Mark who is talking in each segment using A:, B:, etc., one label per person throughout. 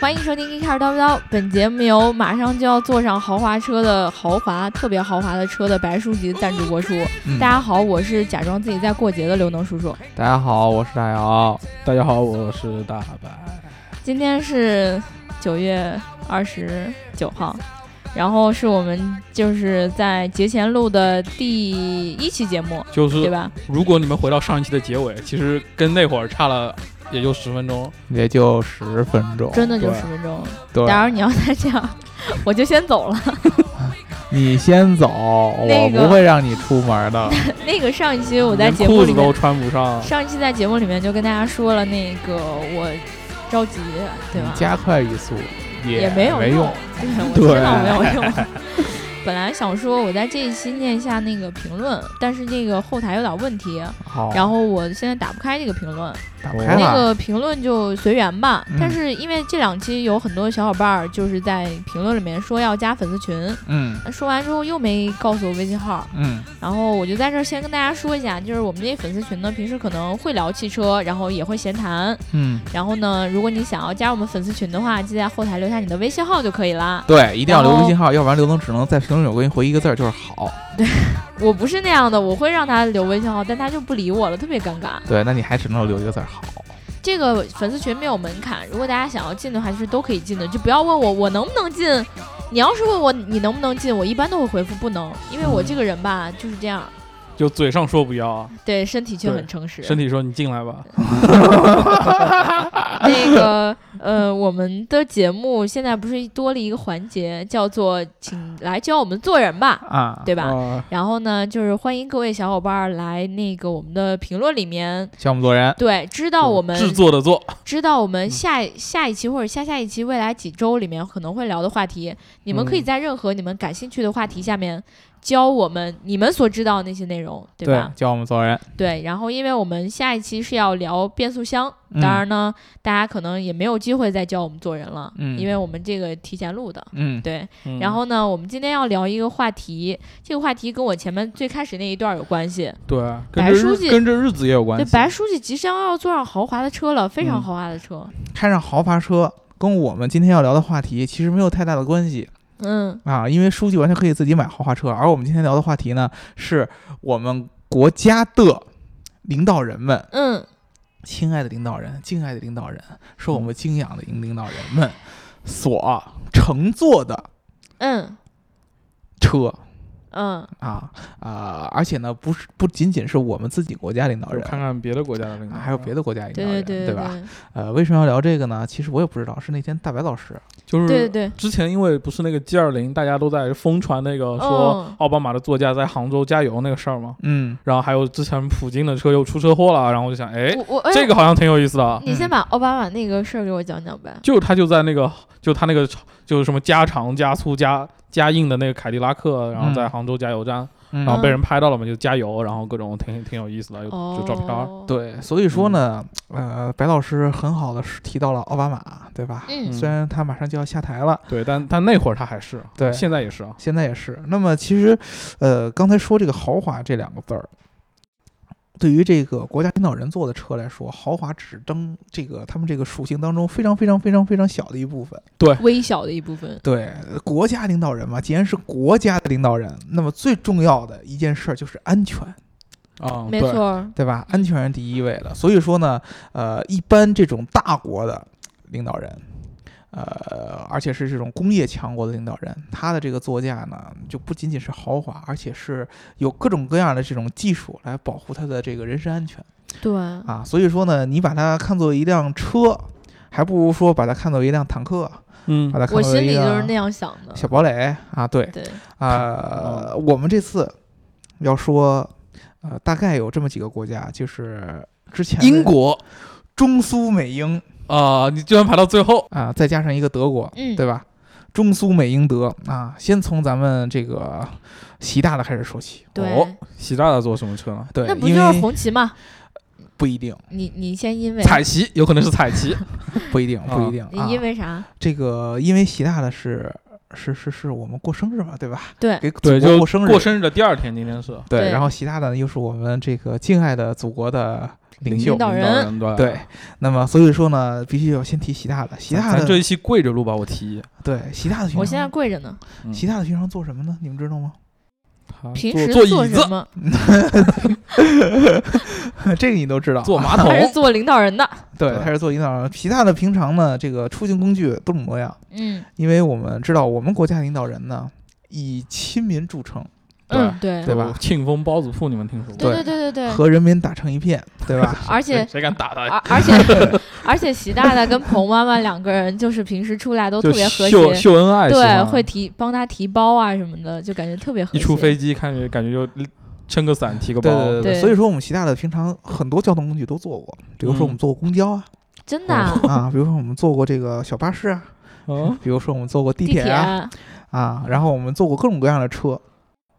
A: 欢迎收听《一开始叨不叨》，本节目由马上就要坐上豪华车的豪华、特别豪华的车的白书籍赞助播出。
B: 嗯
A: 大家好，我是假装自己在过节的刘能叔叔。
B: 大家好，我是大姚。
C: 大家好，我是大白。
A: 今天是九月二十九号，然后是我们就是在节前录的第一期节目，
C: 就
A: 对
C: 是
A: 吧？
C: 如果你们回到上一期的结尾，其实跟那会儿差了也就十分钟。
B: 也就十分钟，
A: 真的就
C: 哦对
A: 十分钟。
B: 对，
A: 假如你要再这样，我就先走了。
B: 你先走，
A: 那个
B: 我不会让你出门的。
A: 那个上一期我在
C: 连
A: 节目
C: 裤
A: 里
C: 子
A: 面
C: 都穿 不上。
A: 上一期在节目里面就跟大家说了，那个我着急， 对吧
B: 你？加快语速
A: 也
B: 没
A: 没有
B: 用，，
A: 对 我知道
B: 对
A: 没有用。 本来想说我在这一期念一下那个评论，但是那个后台有点问题，
B: 好，
A: 然后我现在打不开这个评论，
B: 打
C: 我
B: 开
A: 那
B: 了，
A: 个评论就随缘吧。
B: 嗯
A: 但是因为这两期有很多小伙伴儿就是在评论里面说要加粉丝群，
B: 嗯
A: 说完之后又没告诉我微信号，
B: 嗯，
A: 然后我就在这儿先跟大家说一下，就是我们这粉丝群呢，平时可能会聊汽车，然后也会闲谈，
B: 嗯，
A: 然后呢，如果你想要加入我们粉丝群的话，记得在后台留下你的微信号就可以啦。
B: 对，一定要
A: 然
B: 留
A: 后
B: 微信号，要不然刘能只能在评论里我给你回一个字儿，就是好。
A: 我不是那样的，我会让他留微信号，但他就不理我了，特别尴尬。
B: 对，那你还只能留一个字儿好。
A: 这个粉丝群没有门槛，如果大家想要进的话，就是都可以进的，就不要问我我能不能进。你要是问我你能不能进，我一般都会回复不能，因为我这个人吧就是这样，
C: 就嘴上说不要，
A: 对身体却
C: 嗯对
A: 很诚实。
C: 身体说你进来吧。
A: 那个呃，我们的节目现在不是多了一个环节，叫做“请来教我们做人吧
B: 啊”，，
A: 对吧？
C: 啊，
A: 然后呢，就是欢迎各位小伙伴儿来那个我们的评论里面，
B: 教我们做人，
A: 对，知道我们
C: 制作的做，
A: 知道我们下下一期或者下下一期未来几周里面可能会聊的话题，你们可以
C: 嗯
A: 在任何你们感兴趣的话题下面教我们你们所知道的那些内容，对吧？
B: 教我们做人，
A: 对，然后因为我们下一期是要聊变速箱，
B: 嗯
A: 当然呢，大家可能也没有机会再教我们做人了，
B: 嗯
A: 因为我们这个提前录的。
B: 嗯，
A: 对，
C: 嗯
A: 然后呢，我们今天要聊一个话题，这个话题跟我前面最开始那一段有关系。
C: 对，啊
B: 跟
A: 白
B: 这
A: 书
B: 日
A: 记
B: 跟这日子也有关
A: 对，
B: 系。
A: 白书记即将要坐上豪华的车了，非常
C: 嗯
A: 豪华的车。
B: 开上豪华车，跟我们今天要聊的话题其实没有太大的关系。
A: 嗯，
B: 啊，因为书记完全可以自己买豪华车，而我们今天聊的话题呢，是我们国家的领导人们，
A: 嗯，
B: 亲爱的领导人，敬爱的领导人，受我们敬仰的领领导人们所乘坐的
A: 嗯，
B: 车
A: 嗯，
B: 啊啊、而且呢，不是不仅仅是我们自己国家领导
C: 就
B: 人。
C: 看看别的国家的领导，
B: 还有别的国家领导
A: 对
B: 人，
A: 对对
B: 吧？呃，为什么要聊这个呢？其实我也不知道，是那天大白老师，
C: 就
A: 对对
C: 是。
A: 对，
C: 之前因为不是那个 G 二零，大家都在疯传那个说
A: 嗯
C: 奥巴马的座驾在杭州加油那个事儿嘛，
B: 嗯，
C: 然后还有之前普京的车又出车祸了，然后我就想，哎，
A: 我我哎
C: 这个好像挺有意思的啊。
A: 你先把奥巴马那个事儿给我讲讲呗。
C: 就他就在那个，就他那个就是什么加长、加粗、加加硬的那个凯迪拉克，然后在杭州加油站，
B: 嗯
C: 然后被人拍到了嘛，就加油，然后各种挺挺有意思的，就
A: 哦，
C: 就照片儿。
B: 对，所以说呢，呃，白老师很好的提到了奥巴马，对吧？
A: 嗯
B: 虽然他马上就要下台了，
C: 对，但但那会儿他还是，
B: 对
C: 现在也是啊。
B: 现在也是。那么其实，呃，刚才说这个“豪华”这两个字儿，对于这个国家领导人坐的车来说，豪华只登这个他们这个属性当中非常非常非常非常小的一部分。
A: 微小的一部分。
B: 对，呃国家领导人嘛，既然是国家的领导人，那么最重要的一件事儿就是安全。
C: 啊，
A: 没
C: 对，
A: 错儿，
B: 对吧？安全是第一位的。所以说呢，呃，一般这种大国的领导人，呃，而且是这种工业强国的领导人，他的这个座驾呢，就不仅仅是豪华，而且是有各种各样的这种技术来保护他的这个人身安全
A: 对，
B: 啊。所以说呢，你把它看作一辆车，还不如说把它看作一辆坦克，
C: 嗯
B: 把，它看
A: 我
B: 作
A: 心
B: 一
A: 里就是
B: 辆
A: 那样想的。
B: 小堡垒啊。对，
A: 对，
B: 啊、
A: 嗯
B: 我们这次要说，呃，大概有这么几个国家，就是之前的
C: 英国
B: 中苏美英
C: 啊，你居然排到最后，
B: 啊、再加上一个德国，
A: 嗯，
B: 对吧？中苏美英德啊，先从咱们这个习大大开始说起。
A: 对
C: 哦习大大坐什么车呢？
B: 对
A: 那，不
B: 因
A: 就是
B: 为
A: 红旗吗？
B: 不一定，
A: 你你先因为
C: 彩旗，有可能是彩旗。
A: 嗯
B: 不一定，不一定
A: 你
B: 啊。
A: 因为啥？
B: 这个，因为习大大是是是是我们过生日嘛，对吧？
A: 对
B: 给
C: 对，
B: 祖国
C: 就
B: 过生日，
C: 过生日的第二天，今天是
B: 对，
A: 对
B: 然后其他的呢又是我们这个敬爱的祖国的领袖
A: 领。导人，
C: 对
B: 对，那么所以说呢，必须要先提习大的，习大
C: 啊咱这
B: 的
C: 一期跪着录吧，我提议。
B: 对习大的
A: 我
B: 平
A: 现在
B: 常，
A: 跪着呢，
C: 嗯
B: 习大的平常做什么呢？你们知道吗？
C: 他
A: 平
C: 坐
A: 时
C: 坐椅子
A: 什，么？
B: 这个你都知道，
C: 坐马桶
A: 他，是做领导人的。
B: 对，
C: 对
B: 他是做领导人。习大的平常呢，这个出行工具多种多样，
A: 嗯
B: 因为我们知道我们国家领导人呢以亲民著称，
A: 嗯，对
B: 对吧
C: 哦庆丰包子铺你们听说过？
A: 对对对对对，
B: 和人民打成一片，对吧？
A: 而且
C: 谁谁敢打他？
A: 而而 且而且习大大跟彭妈妈两个人就是平时出来都特
C: 就
A: 别和
C: 秀
A: 谐，
C: 秀恩爱，喜
A: 对，
C: 欢
A: 会提帮他提包啊什么的，就感觉特别和谐。
C: 一出飞机，看觉感觉就撑个伞，提个
B: 对
C: 包，
B: 对
A: 对
B: 所以说我们习大大平常很多交通工具都坐过，比如说我们
C: 嗯
B: 坐过公交啊，
A: 真的啊、
B: 啊，比如说我们坐过这个小巴士啊，
C: 嗯，
B: 比如说我们坐过地
A: 地
B: 铁
A: 铁
B: 啊，
A: 啊
B: 啊，然后我们坐过各种各样的车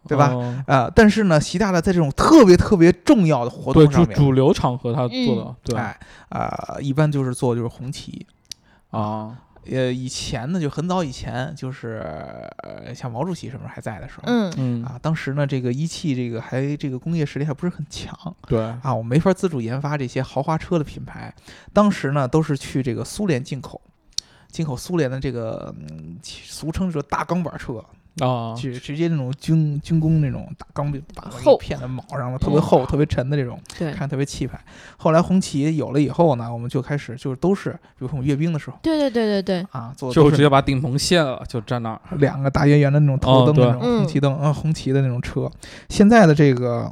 B: 对吧
C: 哦
B: 啊、但是呢，习大大在这种特别特别重要的活
C: 对
B: 动上
C: 主
B: 面，
C: 主流场合他做的
A: 嗯，
C: 对
B: 哎啊、一般就是坐就是红旗。
C: 啊，
B: 呃，以前呢，就很早以前，就是呃，像毛主席什么时候还在的时候，
A: 嗯，
C: 嗯，
B: 啊，当时呢，这个一汽这个还这个工业实力还不是很强
C: 对，
B: 啊，我没法自主研发这些豪华车的品牌。当时呢，都是去这个苏联进口，进口苏联的这个、嗯、其俗称就是大钢板车，
C: 啊，
B: 去直接那种军军工那种大钢板把
A: 厚
B: 片的铆上了，特别厚、特别沉的这种，
A: 对
B: 看特别气派。后来红旗有了以后呢，我们就开始就是都是，比如说我们阅兵的时候
A: 对对对对对，
B: 啊，做的
C: 就
B: 都
C: 直
B: 是
C: 接把顶棚卸了，就站那儿，
B: 两个大圆圆的那种头
C: 哦
B: 灯
C: 对
B: 那种
A: 嗯
B: 红旗灯，嗯，红旗的那种车。现在的这个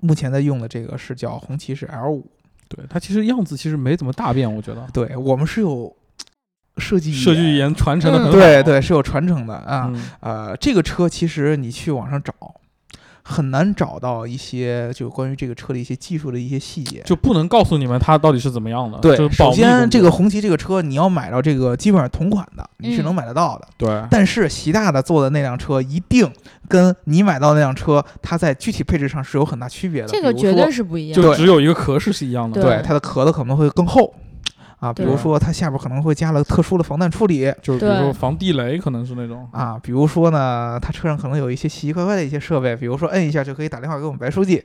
B: 目前在用的这个是叫红旗是 L 五，
C: 对他其实样子其实没怎么大变，我觉得
B: 对我们是有设计
C: 设计语言传承的很
B: 嗯
C: 好，
B: 对对是有传承的啊。
C: 嗯，
B: 呃，这个车其实你去网上找，很难找到一些就关于这个车的一些技术的一些细节。
C: 就不能告诉你们它到底是怎么样的，
B: 对
C: 啊就，是
B: 首
C: 保密工
B: 先
C: 作
B: 这个红旗这个车，你要买到这个基本上同款的，你是
A: 嗯
B: 能买得到的。
C: 对
B: 但是习大大做的那辆车，一定跟你买到那辆车，它在具体配置上是有很大区别的。
A: 这个
B: 比如
A: 绝
B: 说
A: 对是不一样的。
C: 就只有一个壳是是一样的，
A: 对
B: 对它的壳子可能会更厚啊，比如
C: 对
B: 说它下边可能会加了特殊的防弹处理
C: 就是比如
A: 对
C: 说防地雷，可能是那种，
B: 啊，比如说呢，它车上可能有一些奇奇怪怪的一些设备，比如说摁一下就可以打电话给我们白书记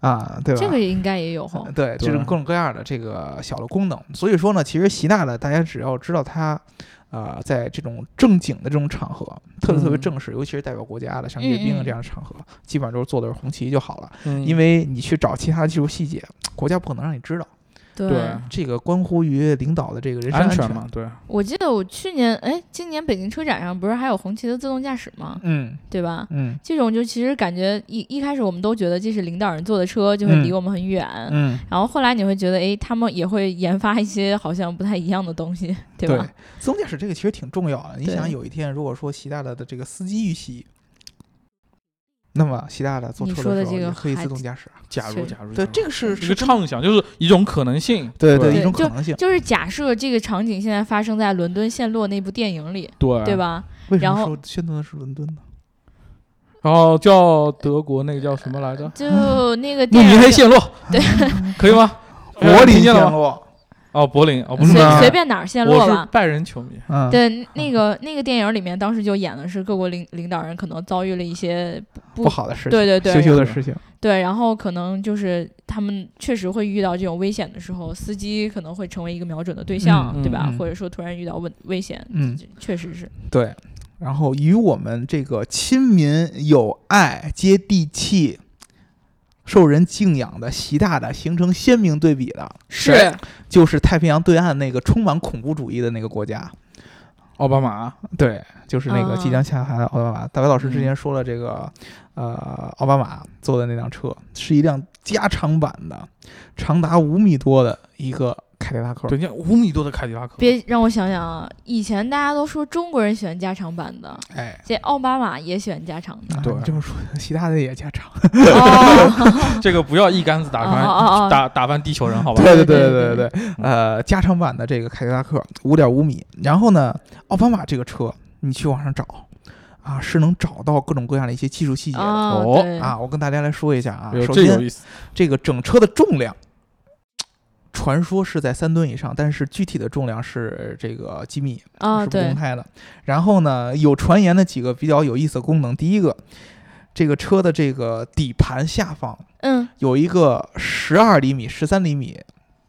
B: 啊，对吧？
A: 这个应该也有哈
B: 嗯，对，这
C: 对
B: 种各种各样的这个小的功能。所以说呢，其实习大大大家只要知道他，啊、在这种正经的这种场合，特别特别
C: 嗯
B: 正式，尤其是代表国家的，像阅兵的
A: 嗯嗯
B: 这样的场合，基本上都是做的是红旗就好了。
C: 嗯
B: 因为你去找其他的技术细节，国家不可能让你知道，
A: 对
C: 对
B: 这个关乎于领导的这个人身
C: 安
B: 全
C: 全嘛，。对，
A: 我记得我去年哎，今年北京车展上不是还有红旗的自动驾驶吗？
B: 嗯
A: 对吧？
B: 嗯
A: 这种就其实感觉一一开始我们都觉得这是领导人坐的车，就会
B: 嗯
A: 离我们很远。
B: 嗯，
A: 然后后来你会觉得，哎，他们也会研发一些好像不太一样的东西，对
B: 对
A: 吧？，
B: 自动驾驶这个其实挺重要的。你
A: 对
B: 想有一天，如果说习大大的这个司机遇袭，那么习大大坐
A: 你
B: 车
A: 说的
B: 时候
A: 这个
B: 也可以
A: 还嗯
B: 自动驾驶啊。
C: 假如
A: 是
C: 假如
B: 对，
C: 假如
B: 这个是
C: 一
B: 是
C: 个
B: 真
C: 畅想，就是一种可能性，
B: 对
C: 对
B: 对，一种可
A: 就
B: 能性。
A: 就是假设这个场景现在发生在伦敦陷落那部电影里，
C: 对啊
A: 对？吧？
B: 为什
A: 然
B: 么
A: 后
B: 说宣传的是伦敦呢？
C: 然后叫德国那个叫什么来着？
A: 就那个
C: 慕
A: 电
C: 尼
A: 影
C: 黑陷落，
A: 对，
C: 可以吗？
B: 柏林啊
C: 听见
B: 陷
C: 了吗？
B: 落，
C: 哦，柏林，哦，不是
B: 嗯
A: 随
C: 慕尼
B: 呐
C: 黑
A: 随便哪儿陷落
C: 我是
A: 吧。
C: 拜仁球迷，
B: 嗯，
A: 对，那个那个电影里面当时就演的是各国领领导人可能遭遇了一些不
B: 不好的事情，
A: 对对对
B: 羞羞的
C: 然后
B: 事情，
A: 对，然后可能就是他们确实会遇到这种危险的时候，司机可能会成为一个瞄准的对象，
C: 嗯
A: 对吧？
B: 嗯嗯
A: 或者说突然遇到危危险，
B: 嗯，
A: 确实是。
B: 对。然后与我们这个亲民、友爱、接地气、受人敬仰的习大大形成鲜明对比的，
A: 是
B: 就是太平洋对岸那个充满恐怖主义的那个国家，
C: 奥巴马，
B: 对，就是那个
A: 啊
B: 即将下台的奥巴马。大白老师之前说了，这个、呃，奥巴马坐的那辆车是一辆加长版的，长达五米多的一个凯迪拉克。
C: 对，你看五米多的凯迪拉克，
A: 别让我想想啊，以前大家都说中国人喜欢加长版的，
B: 哎，
A: 这奥巴马也喜欢加长的。
B: 啊
C: 对
B: 你这么说，习大大也加长。
A: 哦，
C: 这个不要一竿子打
A: 哦哦哦哦
C: 翻打打翻地球人，好吧？
B: 对
A: 对
B: 对
A: 对
B: 对对，呃，加长版的这个凯迪拉克五点五米。然后呢，奥巴马这个车，你去网上找啊，是能找到各种各样的一些技术细节的。
A: 哦，对
B: 啊，我跟大家来说一下啊
C: 哎呦，
B: 首
C: 这有
B: 先
C: 意思，
B: 这个整车的重量传说是在三吨以上，但是具体的重量是这个机密，
A: 啊，
B: 是不公
A: 对，
B: 开的。然后呢，有传言的几个比较有意思的功能，第一个，这个车的这个底盘下方
A: 嗯，
B: 有一个十二厘米、十三厘米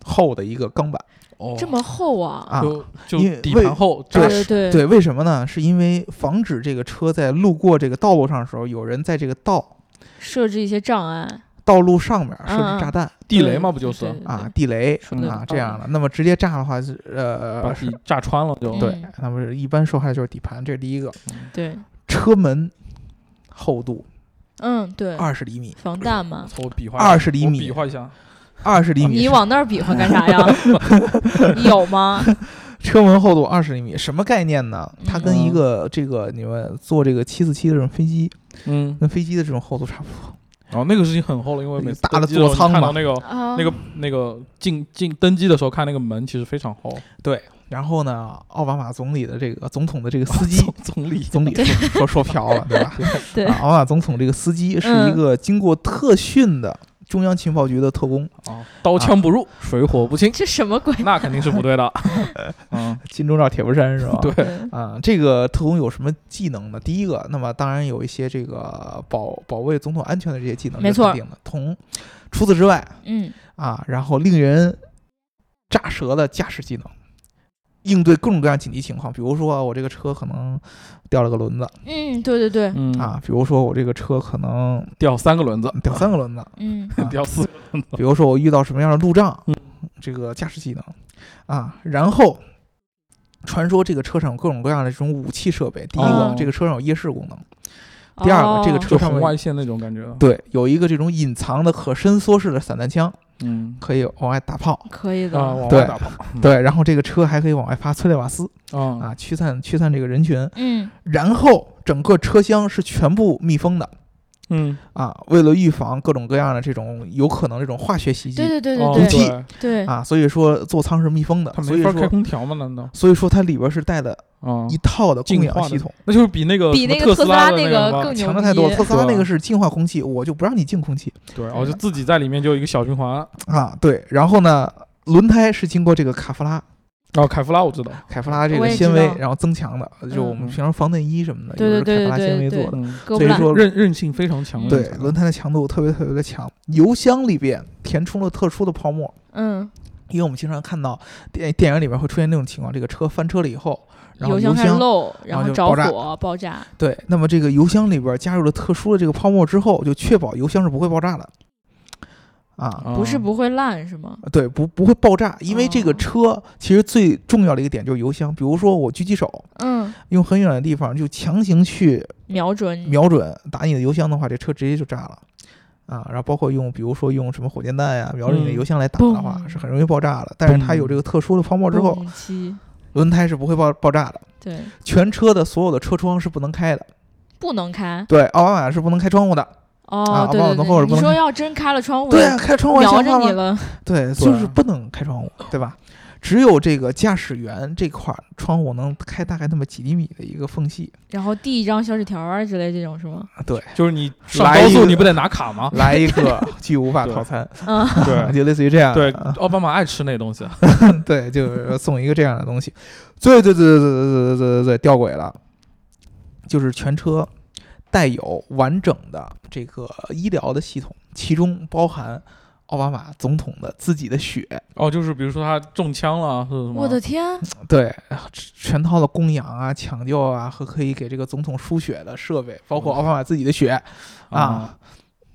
B: 厚的一个钢板
C: 哦
A: 这么厚啊，
B: 啊。
C: 就
B: 因
C: 就
B: 为
C: 底
B: 为
C: 盘厚，
B: 对
C: 扎
A: 对
C: 实
A: 对
B: 对，为什么呢？是因为防止这个车在路过这个道路上的时候，有人在这个道
A: 设置一些障碍，
B: 道路上面设
A: 嗯嗯
B: 置炸弹
C: 地雷嘛，不就是
B: 啊、地雷
A: 说得
B: 啊
A: 有道
B: 这样
A: 理
B: 的。那么直接炸的话是
C: 把
B: 呃，
C: 地炸穿了就
A: 嗯
B: 对，那么一般受害就是底盘，这是第一个。
A: 对，
B: 车门厚度
A: 嗯，对，
B: 二十厘米，
A: 防弹嘛，
C: 我比划
B: 20厘米
C: 我比划一下，
B: 二十厘米
A: 你
B: 是
A: 往那儿比划干 啥呀？有吗？
B: 车门厚度二十厘米，什么概念呢？它跟一
C: 嗯
B: 个这个你们坐这个七四七的这种飞机，
C: 嗯，
B: 跟飞机的这种厚度差不多。
C: 然哦后那个事情很厚了，因为每次
B: 大的
C: 登机时候
B: 座舱
C: 你看
B: 嘛
C: 到那个
B: 哦
A: 啊，
C: 那个那个进进登机的时候看那个门其实非常厚，，
B: 然后呢，奥巴马总理的这个总统的这个 司机
C: 总理
B: 总理
A: 对
B: 说说瓢了，对吧？
A: 对嗯
B: 啊，奥巴马总统这个司机是一个经过特训的中央情报局的特工，
C: 啊，刀枪不入，水火不 侵，
A: 这什么鬼？
C: 那肯定是不对的。嗯，
B: 金钟罩铁布衫是吧？
C: 对。
A: 对
B: 啊、这个特工有什么技能呢？第一个，那么当然有一些这个保保卫总统安全的这些技能，
A: 没
B: 这是肯
A: 错
B: 定的。同除此之外，
A: 嗯，
B: 啊，然后令人炸舌的驾驶技能，应对各种各样紧急情况，比如说我这个车可能掉了个轮子
A: 嗯，对对对，
C: 嗯
B: 啊，，比如说我这个车可能
C: 掉三个轮子，
B: 掉三个轮子，
A: 嗯，
B: 啊
C: 掉四个轮子，
B: 比如说我遇到什么样的路障
C: 嗯，
B: 这个驾驶技能啊，然后。传说这个车上有各种各样的这种武器设备。第一个，
C: 哦
B: 这个车上有夜视功能；第二个这个
A: 哦
B: 车
C: 就
B: 上
C: 红
B: 面
C: 外线那种感觉。
B: 对，有一个这种隐藏的可伸缩式的散弹枪，
C: 嗯，
B: 可以往外打炮。
A: 可以
C: 啊，
A: 的，
C: 往
B: 对
C: 外打炮。
B: 对，然后这个车还可以往外发催泪瓦斯
C: 嗯啊，
B: 啊，驱散驱散这个人群。
A: 嗯，
B: 然后整个车厢是全部密封的
C: 嗯，
B: 啊，为了预防各种各样的这种有可能这种化学袭
A: 对
B: 击
A: 对对
C: 哦
A: 对对
B: 机
C: 对，
A: 对，
B: 啊，所以说座舱是密封的
C: 他，
B: 所
C: 没
B: 以
C: 法开
B: 说
C: 空调吗？难道？
B: 所以说它里边是带了
C: 啊
B: 一，套的供
C: 净
B: 氧
C: 化
B: 系统，
C: 那就是比那个
A: 比
C: 什么
A: 那个
C: 特
A: 特斯
C: 拉
A: 拉
C: 的
A: 那
C: 个
A: 个
C: 吧
A: 更牛
B: 强的太多了。
A: 逼
B: 特斯拉
C: 对啊
B: 那个是净化空气，我就不让你进空气
C: 对，哦，就自己在里面就有一个小循环。
B: 啊。对，然后呢，轮胎是经过这个卡夫拉
C: 哦，凯夫拉我知道。
B: 凯夫拉这
A: 我
B: 个
A: 也
B: 纤
A: 知
B: 维
A: 道，
B: 然后增强的，就我们
C: 嗯
B: 平常防弹衣什么的，
A: 对
B: 有
A: 对
B: 时候凯夫拉
A: 对对
B: 纤维
A: 对
B: 做的。
C: 嗯，
A: 割不
B: 所以
A: 烂，
B: 说
C: 韧韧性非常强。
B: 对轮胎的强度特别特别的强，油箱里边填充了特殊的泡沫，
A: 嗯，
B: 因为我们经常看到电电影里边会出现那种情况，这个车翻车了以后，然后
A: 箱
B: 油
A: 开始
B: 箱
A: 漏，然
B: 后
A: 后
B: 就
A: 着
B: 爆炸啊
A: 火爆炸，
B: 对，那么这个油箱里边加入了特殊的这个泡沫之后，就确保油箱是不会爆炸的，啊，
C: 啊
A: 不是不会烂是吗？
B: 对，不不会爆炸，因为这个
A: 哦
B: 车其实最重要的一个点就是油箱，比如说我狙击手
A: 嗯，
B: 用很远的地方就强行去
A: 瞄准你，
B: 瞄准打你的油箱的话，这车直接就炸了。啊，然后包括用，比如说用什么火箭弹呀、瞄准你的
C: 嗯
B: 油箱来打的话，
A: 嘣
B: 是很容易爆炸的。但是它有这个特殊的泡沫之后，
A: 蹦极
B: 轮胎是不会爆爆炸的。
A: 对，
B: 全车的所有的车窗是不能开的，
A: 不能开
B: 对，奥巴马是不能开窗户的。啊
A: 哦，对
B: 忘了
A: 对
B: 能或者
A: 对，
B: 不
A: 你
B: 能
A: 说
B: 开
A: 要真开了窗户，
B: 对啊，开窗户还
A: 瞄
B: 像
A: 着
B: 话
A: 你
B: 吗？
A: 了，
B: 对，
C: 对
B: 就是不能开窗户，对吧？只有这个驾驶员这块儿窗户能开大概那么几厘米的一个缝隙，
A: 然后递一张小纸条啊之类这种是吗？
B: 啊对，
C: 就是你上
B: 来
C: 高
B: 一个？
C: 速你不得拿卡吗
B: 来一个巨无霸套餐，
A: 嗯，
C: 对
B: 就类似于这样，
C: 对
B: 啊，
C: 奥巴马爱吃那东西。啊
B: 对，就是送一个这样的东西。最最最最最最最最最吊诡了，就是全车带有完整的这个医疗的系统，其中包含奥巴马总统的自己的血。
C: 哦，就是比如说他中枪了，是什么？
A: 我的天，
B: 对，全套的供氧啊、抢救啊和可以给这个总统输血的设备，包括奥巴马自己的血
C: 嗯
B: 啊，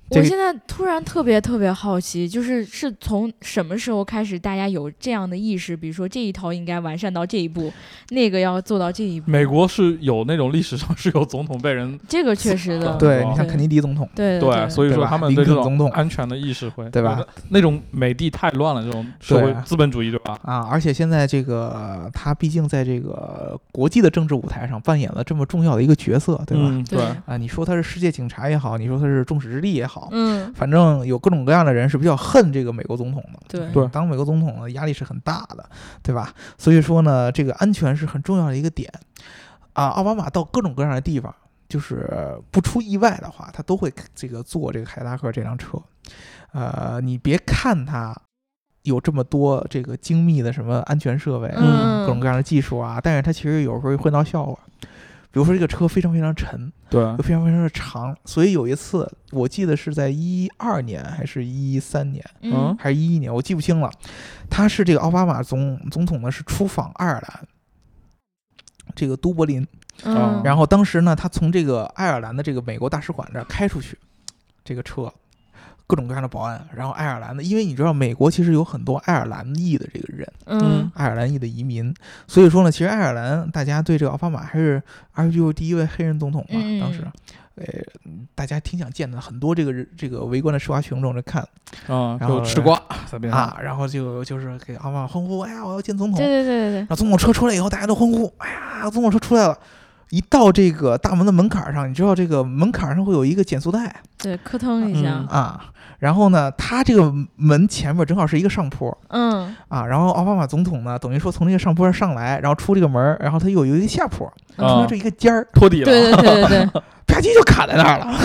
B: 这
A: 我
B: 个
A: 现在突然特别特别好奇，就是是从什么时候开始大家有这样的意识？比如说这一套应该完善到这一步，那个要做到这一步。
C: 美国是有那种历史上是有总统被人
A: 这个确实的，
B: 对，
C: 哦
B: 你看肯尼迪总统，
A: 对
C: 对，所
A: 以
C: 以
B: 对
C: 说
B: 吧
C: 他们
B: 林
C: 对这
B: 肯总
C: 种
B: 统
C: 安全的意识会，
B: 对吧
C: 有的？那种美帝太乱了，这种社
B: 对
C: 会资本主义，对吧？
B: 啊，而且现在这个他毕竟在这个国际的政治舞台上扮演了这么重要的一个角色，对吧？
C: 嗯，
A: 对，
C: 对，
B: 啊，你说他是世界警察也好，你说他是众矢之的也好，
A: 嗯，
B: 反正有各种各样的人是比较恨这个美国总统的。
A: 对
C: 对
B: 当美国总统呢，压力是很大的，对吧？所以说呢，这个安全是很重要的一个点。啊，奥巴马到各种各样的地方，就是不出意外的话，他都会这个坐这个凯迪拉克这辆车。呃，你别看他有这么多这个精密的什么安全设备，啊
A: 嗯
B: 各种各样的技术啊，但是它其实有时候会闹笑话。比如说这个车非常非常沉，
C: 对，
B: 又非常非常的长，所以有一次我记得是在一二年还是一三年
A: 嗯
B: 还是一一年，我记不清了。他是这个奥巴马总总统呢是出访爱尔兰，这个都柏林
A: 嗯，
B: 然后当时呢，他从这个爱尔兰的这个美国大使馆这儿开出去，这个车，各种各样的保安，然后爱尔兰的，因为你知道美国其实有很多爱尔兰裔的这个人，
A: 嗯
B: 爱尔兰裔的移民，所以说呢，其实爱尔兰大家对这个奥巴马还是 RQ 第一位黑人总统嘛，
A: 嗯
B: 当时。呃，大家挺想见的，很多这个这个围观的吃瓜群众在看
C: 啊，
B: 然
C: 就
B: 后
C: 吃瓜在边上
B: 啊，然后就就是给奥巴马欢呼，哎呀，我要见总统，
A: 对对对对
B: 然后总统车出来以后，大家都欢呼，哎呀，总统车出来了！一到这个大门的门槛上，你知道这个门槛上会有一个减速带
A: 对，对，磕腾一下，
B: 啊，然后呢，它这个门前面正好是一个上坡
A: 嗯
B: 啊，然后奥巴马总统呢，等于说从这个上坡上上来，然后出这个门儿，然后他又有一个下坡，
A: 嗯
B: 中
C: 啊
B: 间这一个尖儿，
C: 托底
A: 对
C: 了，
A: 对对对对，
B: 啪叽就卡在那儿
C: 啊
B: 了。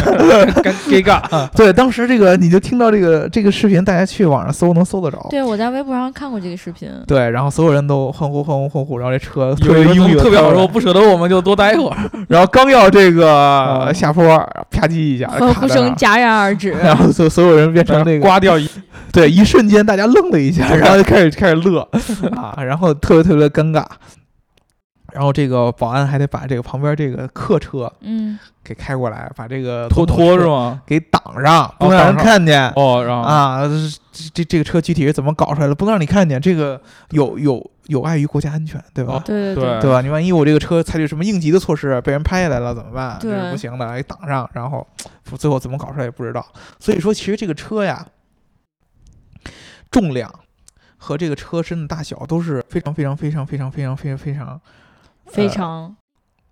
C: 尴尴尬，
B: 对，当时这个你就听到这个这个视频，大家去网上搜能搜得着。
A: 对我在微博上看过这个视频，
B: 对，然后所有人都欢呼欢呼欢呼，然后这车特
C: 有一
B: 别
C: 个
B: 英语
C: 特别好
B: 说
C: 说，不舍得我们就多待一会儿，
B: 然后刚要这个
C: 嗯
B: 下坡，啪叽一下，
A: 欢呼
B: 呃卡在那
A: 声
B: 儿
A: 戛然而止，
B: 然后所所有人变成那个，
C: 刮 掉一
B: 对，一瞬间大家愣了一下，然后就开始开始乐啊，然后特别特别尴尬。然后这个保安还得把这个旁边这个客车
A: 嗯
B: 给开过来，把这个
C: 拖
B: 总统
C: 拖
B: 车
C: 是吗？
B: 给挡上，
C: 哦
B: 不能让人
C: 挡上
B: 看见。
C: 哦，然后
B: 啊，这这这个车具体是怎么搞出来的？不能让你看见，这个有有有碍于国家安全，对吧？
C: 哦
A: 对
C: 对
A: 对
B: 对吧？你万一我这个车采取什么应急的措施，被人拍下来了怎么办？这是
A: 对
B: 不行的，哎，挡上，然后不最后怎么搞出来也不知道。所以说，其实这个车呀，重量和这个车身的大小都是非常非常非常非常非常非常非常
A: 非
B: 呃
A: 常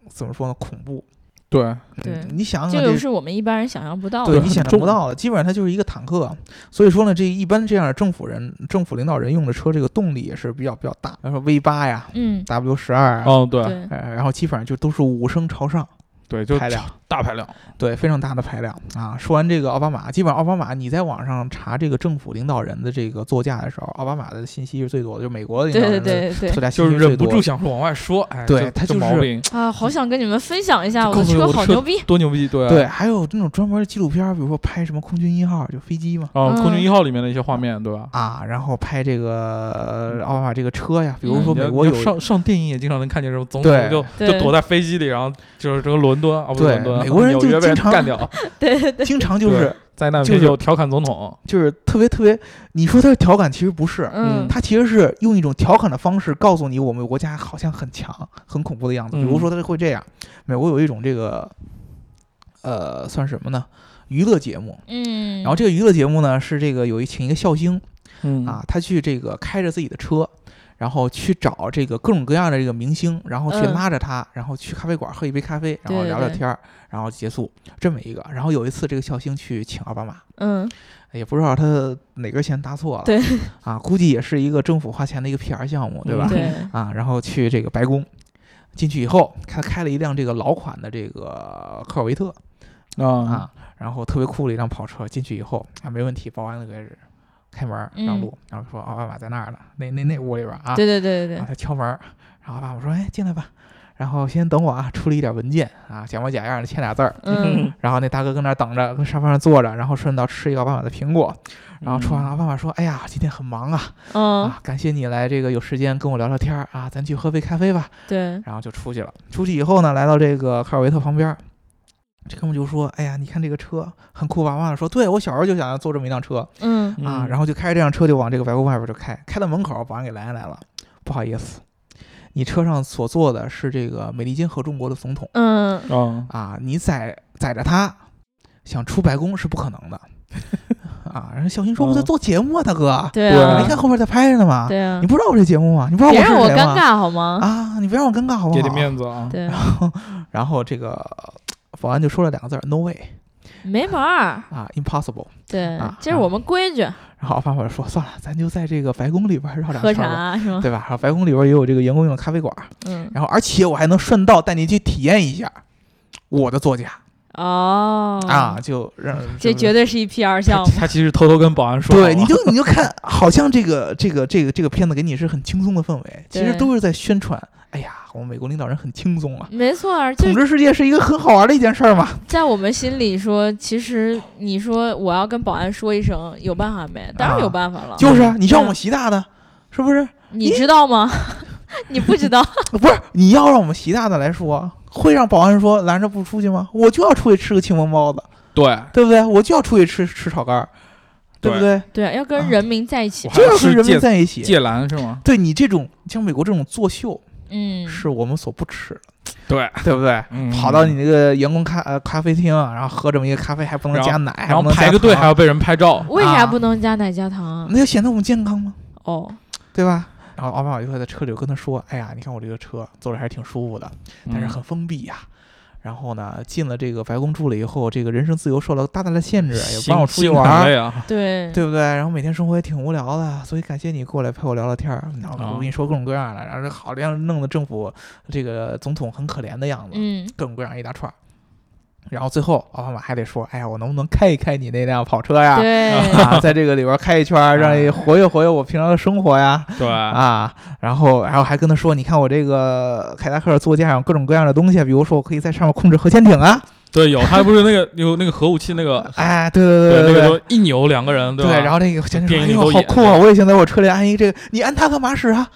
B: 怎么说呢？恐怖。
C: 对，
A: 对
B: 嗯你想想
A: 这
B: 这
A: 个是我们一般人想象不到
B: 对
A: 的
B: 你，想象不到的，基本上它就是一个坦克。啊所以说呢，这一般这样的政府人、政府领导人用的车，这个动力也是比较比较大。然后 V 八呀、
A: 嗯
B: W 十二啊，
C: 哦对
A: 对，
B: 呃，然后基本上就都是五升朝上
C: 对，就
B: 排量。
C: 大排量，
B: 对，非常大的排量啊！说完这个奥巴马，基本上奥巴马，你在网上查这个政府领导人的这个座驾的时候，奥巴马的信息是最多的，就美国的领导
A: 对对
B: 人的
A: 对对
B: 座驾信
C: 就
B: 息
C: 是
B: 是最
C: 忍不
B: 多
C: 住
B: 的。
C: 想说往外说，哎，
B: 对
C: 这
B: 他
C: 这
B: 就
C: 毛
B: 是
C: 病
A: 啊，好想跟你们分享一下我的
C: 告诉
A: 车
C: 我的
A: 好
C: 车
A: 牛 逼，
C: 多牛逼，对啊
A: 嗯
B: 对，还有那种专门的纪录片儿，比如说拍什么空军一号，就飞机嘛，
C: 啊，空军
A: 嗯
C: 一号里面的一些画面，对吧？
B: 啊，然后拍这个呃奥巴马这个车呀，比如
A: 嗯
B: 说
C: 你
B: 美
C: 要
B: 国
C: 你要
B: 有
C: 上上电影也经常能看见什么总
B: 对
C: 统就就
A: 对
C: 躲在飞机里，然后就是这个伦敦啊，不是
B: 对
C: 伦敦，
B: 美国人
C: 纽
B: 就
C: 约被
B: 经常
C: 干掉，
A: 对对对，
B: 经常就是
C: 灾难
B: 就是
C: 片就调侃总统，
B: 就是特别特别，你说他是调侃，其实不是，
A: 嗯
B: 他其实是用一种调侃的方式告诉你，我们国家好像很强、很恐怖的样子。比如
C: 嗯
B: 说，他会这样，美国有一种这个，呃，算什么呢？娱乐节目。
A: 嗯，
B: 然后这个娱乐节目呢，是这个有一请一个笑星
C: 嗯
B: 啊，他去这个开着自己的车，然后去找这个各种各样的这个明星，然后去
A: 嗯
B: 拉着他，然后去咖啡馆喝一杯咖啡，然后
A: 对
B: 聊聊
A: 对
B: 天儿，然后结束这么一个。然后有一次，这个笑星去请奥巴马，
A: 嗯
B: 也不知道他哪根弦搭错了，
A: 对
B: 啊，估计也是一个政府花钱的一个 PR 项目，对吧？
A: 嗯 对，
B: 啊，然后去这个白宫，进去以后，他开了一辆这个老款的这个科尔维特
C: 啊
B: 啊，
A: 嗯
B: 然后特别酷的一辆跑车，进去以后啊，没问题，保安就开始开门
A: 嗯
B: 让路，然后说奥巴马在那儿呢，那那那屋里边啊，
A: 对对对对
B: 然后
A: 对，
B: 他敲门，然后奥巴马说，哎，进来吧。然后先等我啊，处理一点文件啊，假模假样的签俩字儿。
A: 嗯
B: 然后那大哥跟那儿等着，跟沙发上坐着，然后顺道吃一个奥巴马的苹果。然后吃完了，
C: 嗯
B: 奥巴马说：“哎呀，今天很忙啊，
A: 嗯
B: 啊，感谢你来这个有时间跟我聊聊天儿啊，咱去喝杯咖啡吧。
A: 对”，
B: 然后就出去了。出去以后呢，来到这个卡尔维特旁边儿，这哥们就说：“哎呀，你看这个车很酷吧？”妈妈说：“对我小时候就想要坐这么一辆车
A: 嗯
B: 啊。”
C: 嗯
B: 然后就开着这辆车就往这个白宫外边就开，开到门口，保安给拦下来了。不好意思，你车上所坐的是这个美利坚合众国的总统
A: 嗯
C: 啊，
B: 啊，你载载着他想出白宫是不可能 的啊。然后小新说：“我在
C: 嗯
B: 做节目啊，大哥。”
A: 对
C: 对
A: 啊
B: 你看后面在拍着呢嘛，
A: 对啊
B: 你，不知道我这节目吗？你不知道
A: 别让
B: 是
A: 我
B: 谁
A: 尴
B: 吗？
A: 尬好吗？
B: 啊！你别让我尴尬好不
C: 给点
B: 好？
C: 面子啊，
A: 对，
B: 然后这个保安就说了两个字儿：“No way”
A: 没门儿，
B: 啊，impossible。
A: 对
B: 啊，
A: 这是我们规矩，
B: 然后奥巴马说：“算了，咱就在这个白宫里边绕两
A: 喝
B: 圈儿吧，
A: 茶是吗？
B: 对吧？然后白宫里边也有这个员工用的咖啡馆，
A: 嗯
B: 然后而且我还能顺道带你去体验一下我的座驾。
A: 哦
B: 啊，，就让
A: 这绝
B: 对。
A: 对是一 PR
C: 他
A: 项目。
C: 他其实偷偷跟保安说好了，
B: 对，你就你就看，好像这个这个这个这个片子给你是很轻松的氛围，其实
A: 对
B: 都是在宣传。哎呀，我们美国领导人很轻松啊，
A: 没错儿，就
B: 统
A: 是
B: 治世界是一个很好玩的一件事儿嘛。
A: 在我们心里说，其实你说我要跟保安说一声，有办法没？当然有办法了。
B: 就是啊，你
A: 嗯
B: 像我们习大的，是不是？
A: 你知道吗？ 你不知道，
B: 不是，你要让我们习大大来说，会让保安说拦着不出去吗？我就要出去吃个清风包子，
C: 对，我
B: 对不对？我就要出去吃吃炒肝儿，对不对？
A: 对，要跟人民在一起。
C: 还
B: 就
C: 要
B: 要跟
C: 吃
B: 人民
C: 芥
B: 在一起。
C: 芥蓝是吗？
B: 对你这种像美国这种作秀，
A: 嗯，
B: 是我们所不耻的，
C: 对，
B: 对不对？
C: 嗯
B: 跑到你那个员工咖呃咖啡厅，然后喝这么一个咖啡，还不能加奶，还
C: 然后
B: 不能加啊
C: 排个队
B: 糖
C: 还要被人拍照，
A: 为啥
B: 啊
A: 不能加奶加糖啊？
B: 那就显得我们健康吗？
A: 哦，
B: 对吧？然后奥巴马就会在车里跟他说：“哎呀，你看我这个车坐着还是挺舒服的，但是
C: 嗯
B: 很封闭呀、然后呢，进了这个白宫住了以后，这个人身自由受到大大的限制，也不
C: 心
B: 让我出去
C: 心
B: 玩
C: 很
B: 儿，
C: 累啊，
A: 对，
B: 对不对？然后每天生活也挺无聊的，所以感谢你过来陪我聊聊天儿。然后我
C: 哦
B: 跟你说各种各样的，然后这好像弄得政府这个总统很可怜的样子，
A: 嗯，
B: 各种各样一大串儿。然后最后奥巴马还得说：“哎呀，我能不能开一开你那辆跑车呀？
A: 对，
B: 啊，在这个里边儿开一圈儿，让你活跃活跃我平常的生活呀。”
C: 对，
B: 啊，然后然后还跟他说，你看我这个凯迪拉克座驾上各种各样的东西，比如说我可以在上面控制核潜艇啊，
C: 对，有他不是那个有那个核武器那个，
B: 哎， 对对
C: 那
B: 对
C: 个
B: 对
C: 说一扭两个人，
B: 对，
C: 吧？
B: 然后那个核潜艇
C: 电
B: 说，哎
C: 影里
B: 呦，
C: 都
B: 好
C: 演
B: 酷啊！我也想在我车里安一个这个，你安他干嘛使啊？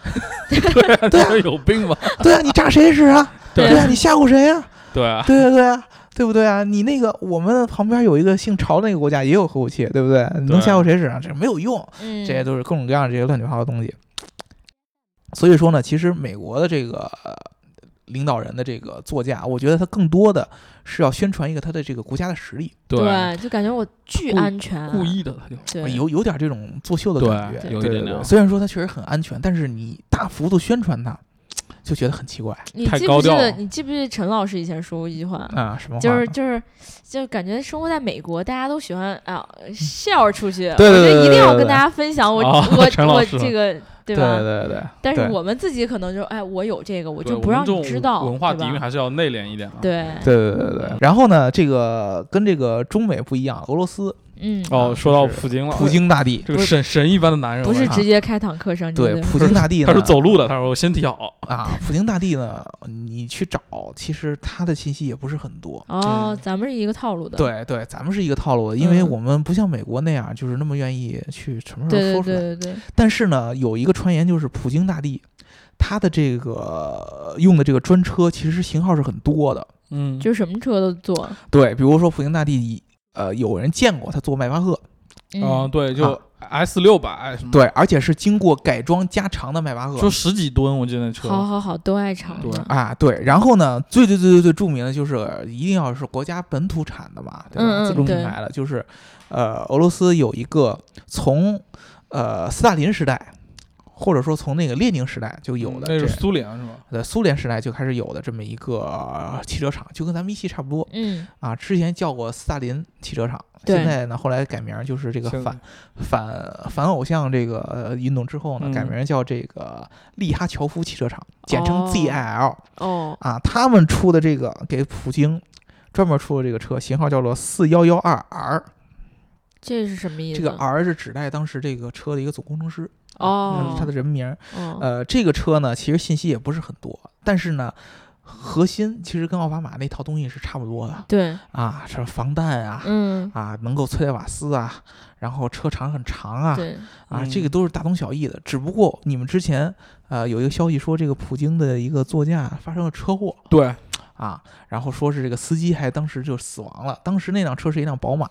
B: 对啊
C: 这有病吧？
B: 对啊，你炸谁使啊？
A: 对
B: 对啊，你吓唬谁啊？
C: 对，
B: 对啊对啊。对不对啊？你那个我们旁边有一个姓朝的那个国家也有核武器，对不对？你能
C: 对
B: 吓唬谁使啊？这没有用，
A: 嗯，
B: 这些都是各种各样的这些乱七八糟的东西。所以说呢，其实美国的这个呃领导人的这个座驾，我觉得他更多的是要宣传一个他的这个国家的实力，
C: 对，
A: 对，就感觉我巨
C: 故
A: 安全，
C: 故意的他就
A: 对，
B: 有有点这种作秀的感觉。
A: 对
C: 有一
B: 对对
C: 点点
B: 对，
C: 啊，
B: 虽然说它确实很安全，但是你大幅度宣传它，就觉得很奇怪
A: 你
C: 太
A: 记
C: 高
A: 不记
C: 调
A: 得？
C: 了
A: 你记不记得陈老师以前说过一句话？
B: 啊。什
A: 嗯
B: 么话呢
A: 就是就是，就感觉生活在美国，大家都喜欢啊 share 出去，
B: 嗯对对
A: 我
B: 对
A: 就一定
B: 对
A: 要
B: 对
A: 跟
B: 对哦
A: 大家分享我
C: 啊
A: 我
C: 陈老
A: 我
C: 师
A: 这个对
B: 对
A: 吧？嗯
B: 对对，
A: 但是
B: 对
A: 我们自己可能就哎，我有这个，我
C: 我
A: 就不让你知道，
C: 文化
A: 对
C: 底蕴
A: 吧
C: 还是要内敛一点啊。，
A: 对，
B: 对对对
C: 嗯
B: 对。然后呢，这个跟这个中美不一样，俄罗斯
A: 嗯，
C: 哦，说到普京了，
B: 啊普京大帝，
C: 这个
A: 不是
C: 神神一般的男人，
A: 不是
C: 我
A: 直接开坦克上去
B: 对
A: 的
B: 普京大帝呢，
C: 他是走路的，他说我身体好，
B: 啊，普京大帝呢，你去找，其实他的信息也不是很多。
A: 哦
C: 嗯，
A: 咱们是一个套路的，
B: 对对，咱们是一个套路的，因为
A: 嗯
B: 我们不像美国那样，就是那么愿意去什么时候
A: 对对
B: 说出来。嗯
A: 对对对，
B: 但是呢，有一个传言就是普京大帝，他的这个呃用的这个专车其实型号是很多的。
C: 嗯，
A: 就是什么车都坐，
B: 对，比如说普京大帝以，呃，有人见过他坐迈巴赫，
C: 啊，
A: 嗯，
C: 对，就 S 六百什么，
B: 对，而且是经过改装加长的迈巴
C: 说
B: 赫。
C: 十几吨，我记得那车，
A: 好好好，都爱唱，
C: 对
B: 啊，对，然后呢，最最最最最著名的就是一定要是国家本土产的嘛，对吧？
A: 嗯嗯
B: 自主品
A: 对
B: 牌的，就是呃，俄罗斯有一个从呃斯大林时代，或者说从那个列宁时代就有
C: 嗯
B: 的
C: 那
B: 这
C: 是。苏联是吗？
B: 在苏联时代就开始有的这么一个、呃汽车厂，就跟咱们一汽差不多
A: 嗯，
B: 啊。之前叫过斯大林汽车厂，
A: 对
B: 现在呢后来改名儿就是这个
C: 现在
B: 反反反偶像这个呃运动之后呢，
C: 嗯
B: 改名儿叫这个利哈乔夫汽车厂，简称
A: 哦
B: ZIL。
A: 哦，
B: 啊，他们出的这个给普京专门出的这个车型号叫做四幺幺二 R，
A: 这是什么意思？
B: 这个啊 R 是指代当时这个车的一个总工程师，
A: 哦
B: 嗯，他的人名儿。
A: 哦，
B: 呃，这个车呢，其实信息也不是很多，但是呢，核心其实跟奥巴马那套东西是差不多的
A: 对，
B: 啊，什么防弹啊，
A: 嗯，
B: 啊，能够催泪瓦斯啊，然后车长很长啊，
A: 对，
B: 啊，
C: 嗯
B: 这个都是大同小异的。只不过你们之前呃有一个消息说，这个普京的一个座驾发生了车祸，
C: 对，
B: 啊，然后说是这个司机还当时就死亡了。当时那辆车是一辆宝马，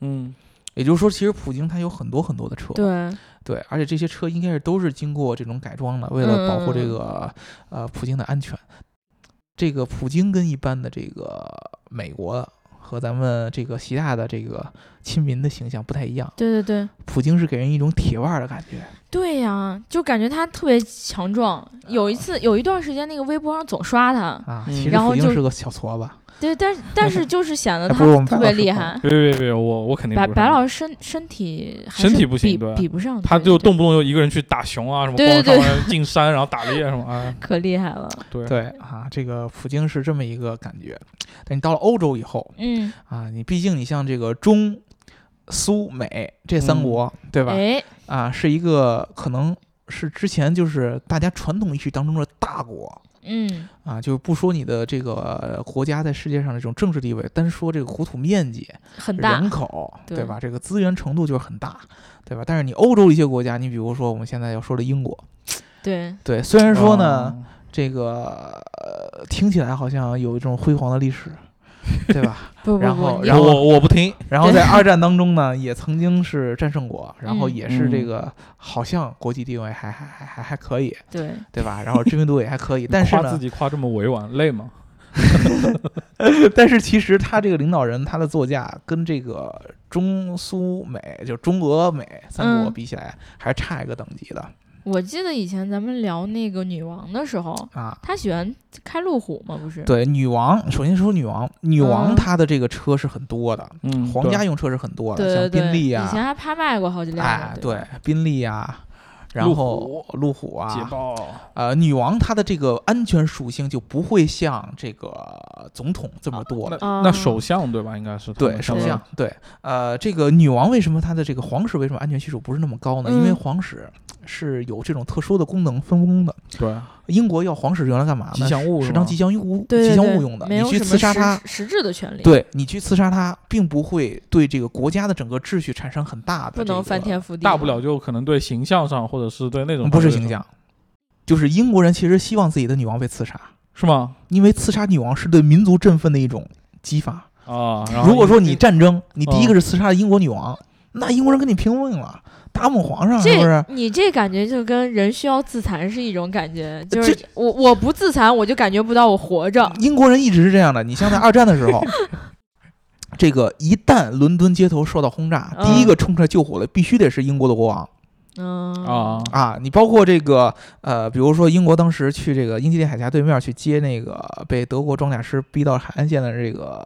C: 嗯，
B: 也就是说，其实普京他有很多很多的车，
A: 对，
B: 对而且这些车应该是都是经过这种改装的，为了保护这
A: 嗯
B: 个、呃普京的安全。这个普京跟一般的这个美国和咱们这个习大的这个亲民的形象不太一样，
A: 对对对，
B: 普京是给人一种铁腕儿的感觉，
A: 对呀、就感觉他特别强壮。有一次，有一段时间，那个微博上总刷他，
B: 啊，
C: 嗯
B: 其实
A: 然后
B: 普京
A: 就是
B: 个小矬子，
A: 对， 但是但是就是显得
B: 哎
A: 他
B: 不是我们
A: 特别
B: 白老师
A: 厉
B: 不
A: 害。
C: 别别别别，我我肯定
A: 白
C: 不是
A: 白
C: 他
A: 老师身身体还
C: 身
A: 是
C: 体不行
A: 比
C: 对
A: 比不上，
C: 他
A: 对
C: 就
A: 对
C: 动不动就一个人去打熊啊，什么
A: 对
C: 逛
A: 对
C: 商场进山，然后打猎什么， 哎，
A: 可厉害了，
C: 对，
B: 对啊，这个普京是这么一个感觉。但你到了欧洲以后
A: 嗯，
B: 啊，你毕竟你像这个中、苏、美这三国，对吧？
A: 哎，
B: 啊，是一个可能是之前就是大家传统意识当中的大国
A: 嗯，
B: 啊，就不说你的这个呃国家在世界上这种政治地位，单说这个国土面积、
A: 很大
B: 人，口，
A: 对
B: 对吧？这个资源程度就是很大，对吧？但是你欧洲一些国家，你比如说我们现在要说的英国，
A: 对，
B: 对，虽然说呢。
C: 嗯，
B: 这个、呃、听起来好像有一种辉煌的历史，对吧？
A: 不不
B: 然
A: 不
B: 后，
A: 你
B: 然后
C: 我我不听，
B: 然后在二战当中呢，也曾经是战胜国，然后也是这
C: 嗯
B: 个、好像国际地位还还还还还可以，
A: 对，
B: 对吧？然后知名度也还可以，但是
C: 夸自
B: 呢，
C: 己夸这么委婉，累吗？
B: 但是其实他这个领导人他的座驾跟这个中苏美就中俄美三国
A: 嗯
B: 比起来，还是差一个等级的
A: 我记得以前咱们聊那个女王的时候，
B: 啊。
A: 她喜欢开路虎嘛，不是？
B: 对，女王，首先说女王，女王
A: 嗯
B: 她的这个车是很多的，
C: 嗯，
B: 皇家用车是很多的，
A: 对对
B: 像
A: 对，
B: 宾利
A: 以
B: 啊，
A: 前还拍卖过好几辆呢
B: 哎，，对，宾利啊，然
C: 路
B: 后路虎
C: 对捷
B: 啊，
C: 豹，
A: 嗯
B: 呃，女王她的这个安全属性就不会像这个总统这么多了。
A: 啊
C: 那首相对吧？应该是他
B: 对，
C: 们
B: 首
C: 当时
B: 相，对，呃，这个女王为什么她的这个皇室为什么安全系数不是那么高呢？因为
A: 嗯
B: 皇室是有这种特殊的功能分工的。
C: 对
B: 英国要皇室用来干嘛呢？
C: 吉祥物
B: 啊是
C: 是
B: 当
C: 吗
B: 吉祥物，
A: 对
B: 吉
A: 对
B: 祥
A: 对
B: 物用的。
A: 没
B: 你
A: 有
B: 去
A: 什
B: 刺
A: 么
B: 杀
A: 实
B: 它，
A: 实质的权利，，
B: 对你去刺杀它，并不会对这个国家的整个秩序产生很大的、
A: 不能翻。天覆地，
C: 大不了就可能对形象上，或者是对那种
B: 嗯不是形象，就是英国人其实希望自己的女王被刺杀，
C: 是吗？
B: 因为刺杀女王是对民族振奋的一种激发。
C: 啊，然后嗯
B: 如果说你
C: 一
B: 战争，你第一个是刺杀英国女王，那英国人跟你平分了，打抹皇上嗯啊是不是
A: 这？你这感觉就跟人需要自残是一种感觉，就是
B: 呃这
A: 我我不自残，我就感觉不到我活着。
B: 英国人一直是这样的。你像在二战的时候， 这个一旦伦敦街头受到轰炸，第一
A: 嗯
B: 个冲出来救火的必须得是英国的国王
A: 嗯
C: 啊，
B: 啊！你包括这个呃，比如说英国当时去这个英吉利海峡对面去接那个被德国装甲师逼到海岸线的这个、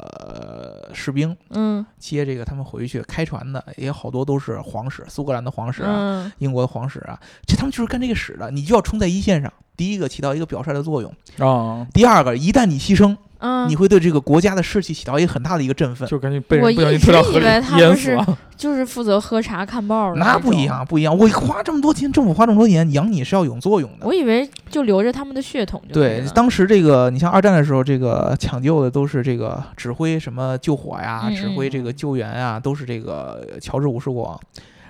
B: 呃士兵，
A: 嗯
B: 接这个他们回去开船的，也有好多都是皇室，苏格兰的皇室啊，
A: 嗯，
B: 英国的皇室啊，这他们就是干这个使的。你就要冲在一线上，第一个起到一个表率的作用，
C: 啊，
B: 第二个，一旦你牺牲，
A: 嗯
B: 你会对这个国家的士气起到一个很大的一个振奋。
C: 就赶紧被
A: 我
C: 人不小
A: 一
C: 心
A: 直
C: 推到河里
A: 以为他
C: 淹
A: 们
C: 死
A: 是
C: 了。
A: 嗯就是负责喝茶看报的，
B: 那不一。样，不一样。我花这么多钱，政府花这么多钱养你是要有作用的
A: 我。以为就留着他们的血统就可以
B: 对
A: 了，
B: 当时这个，你像二战的时候，这个抢救的都是这个指挥什么救火呀，
A: 嗯
B: 指挥这个救援啊，都是这个呃乔治五世国王。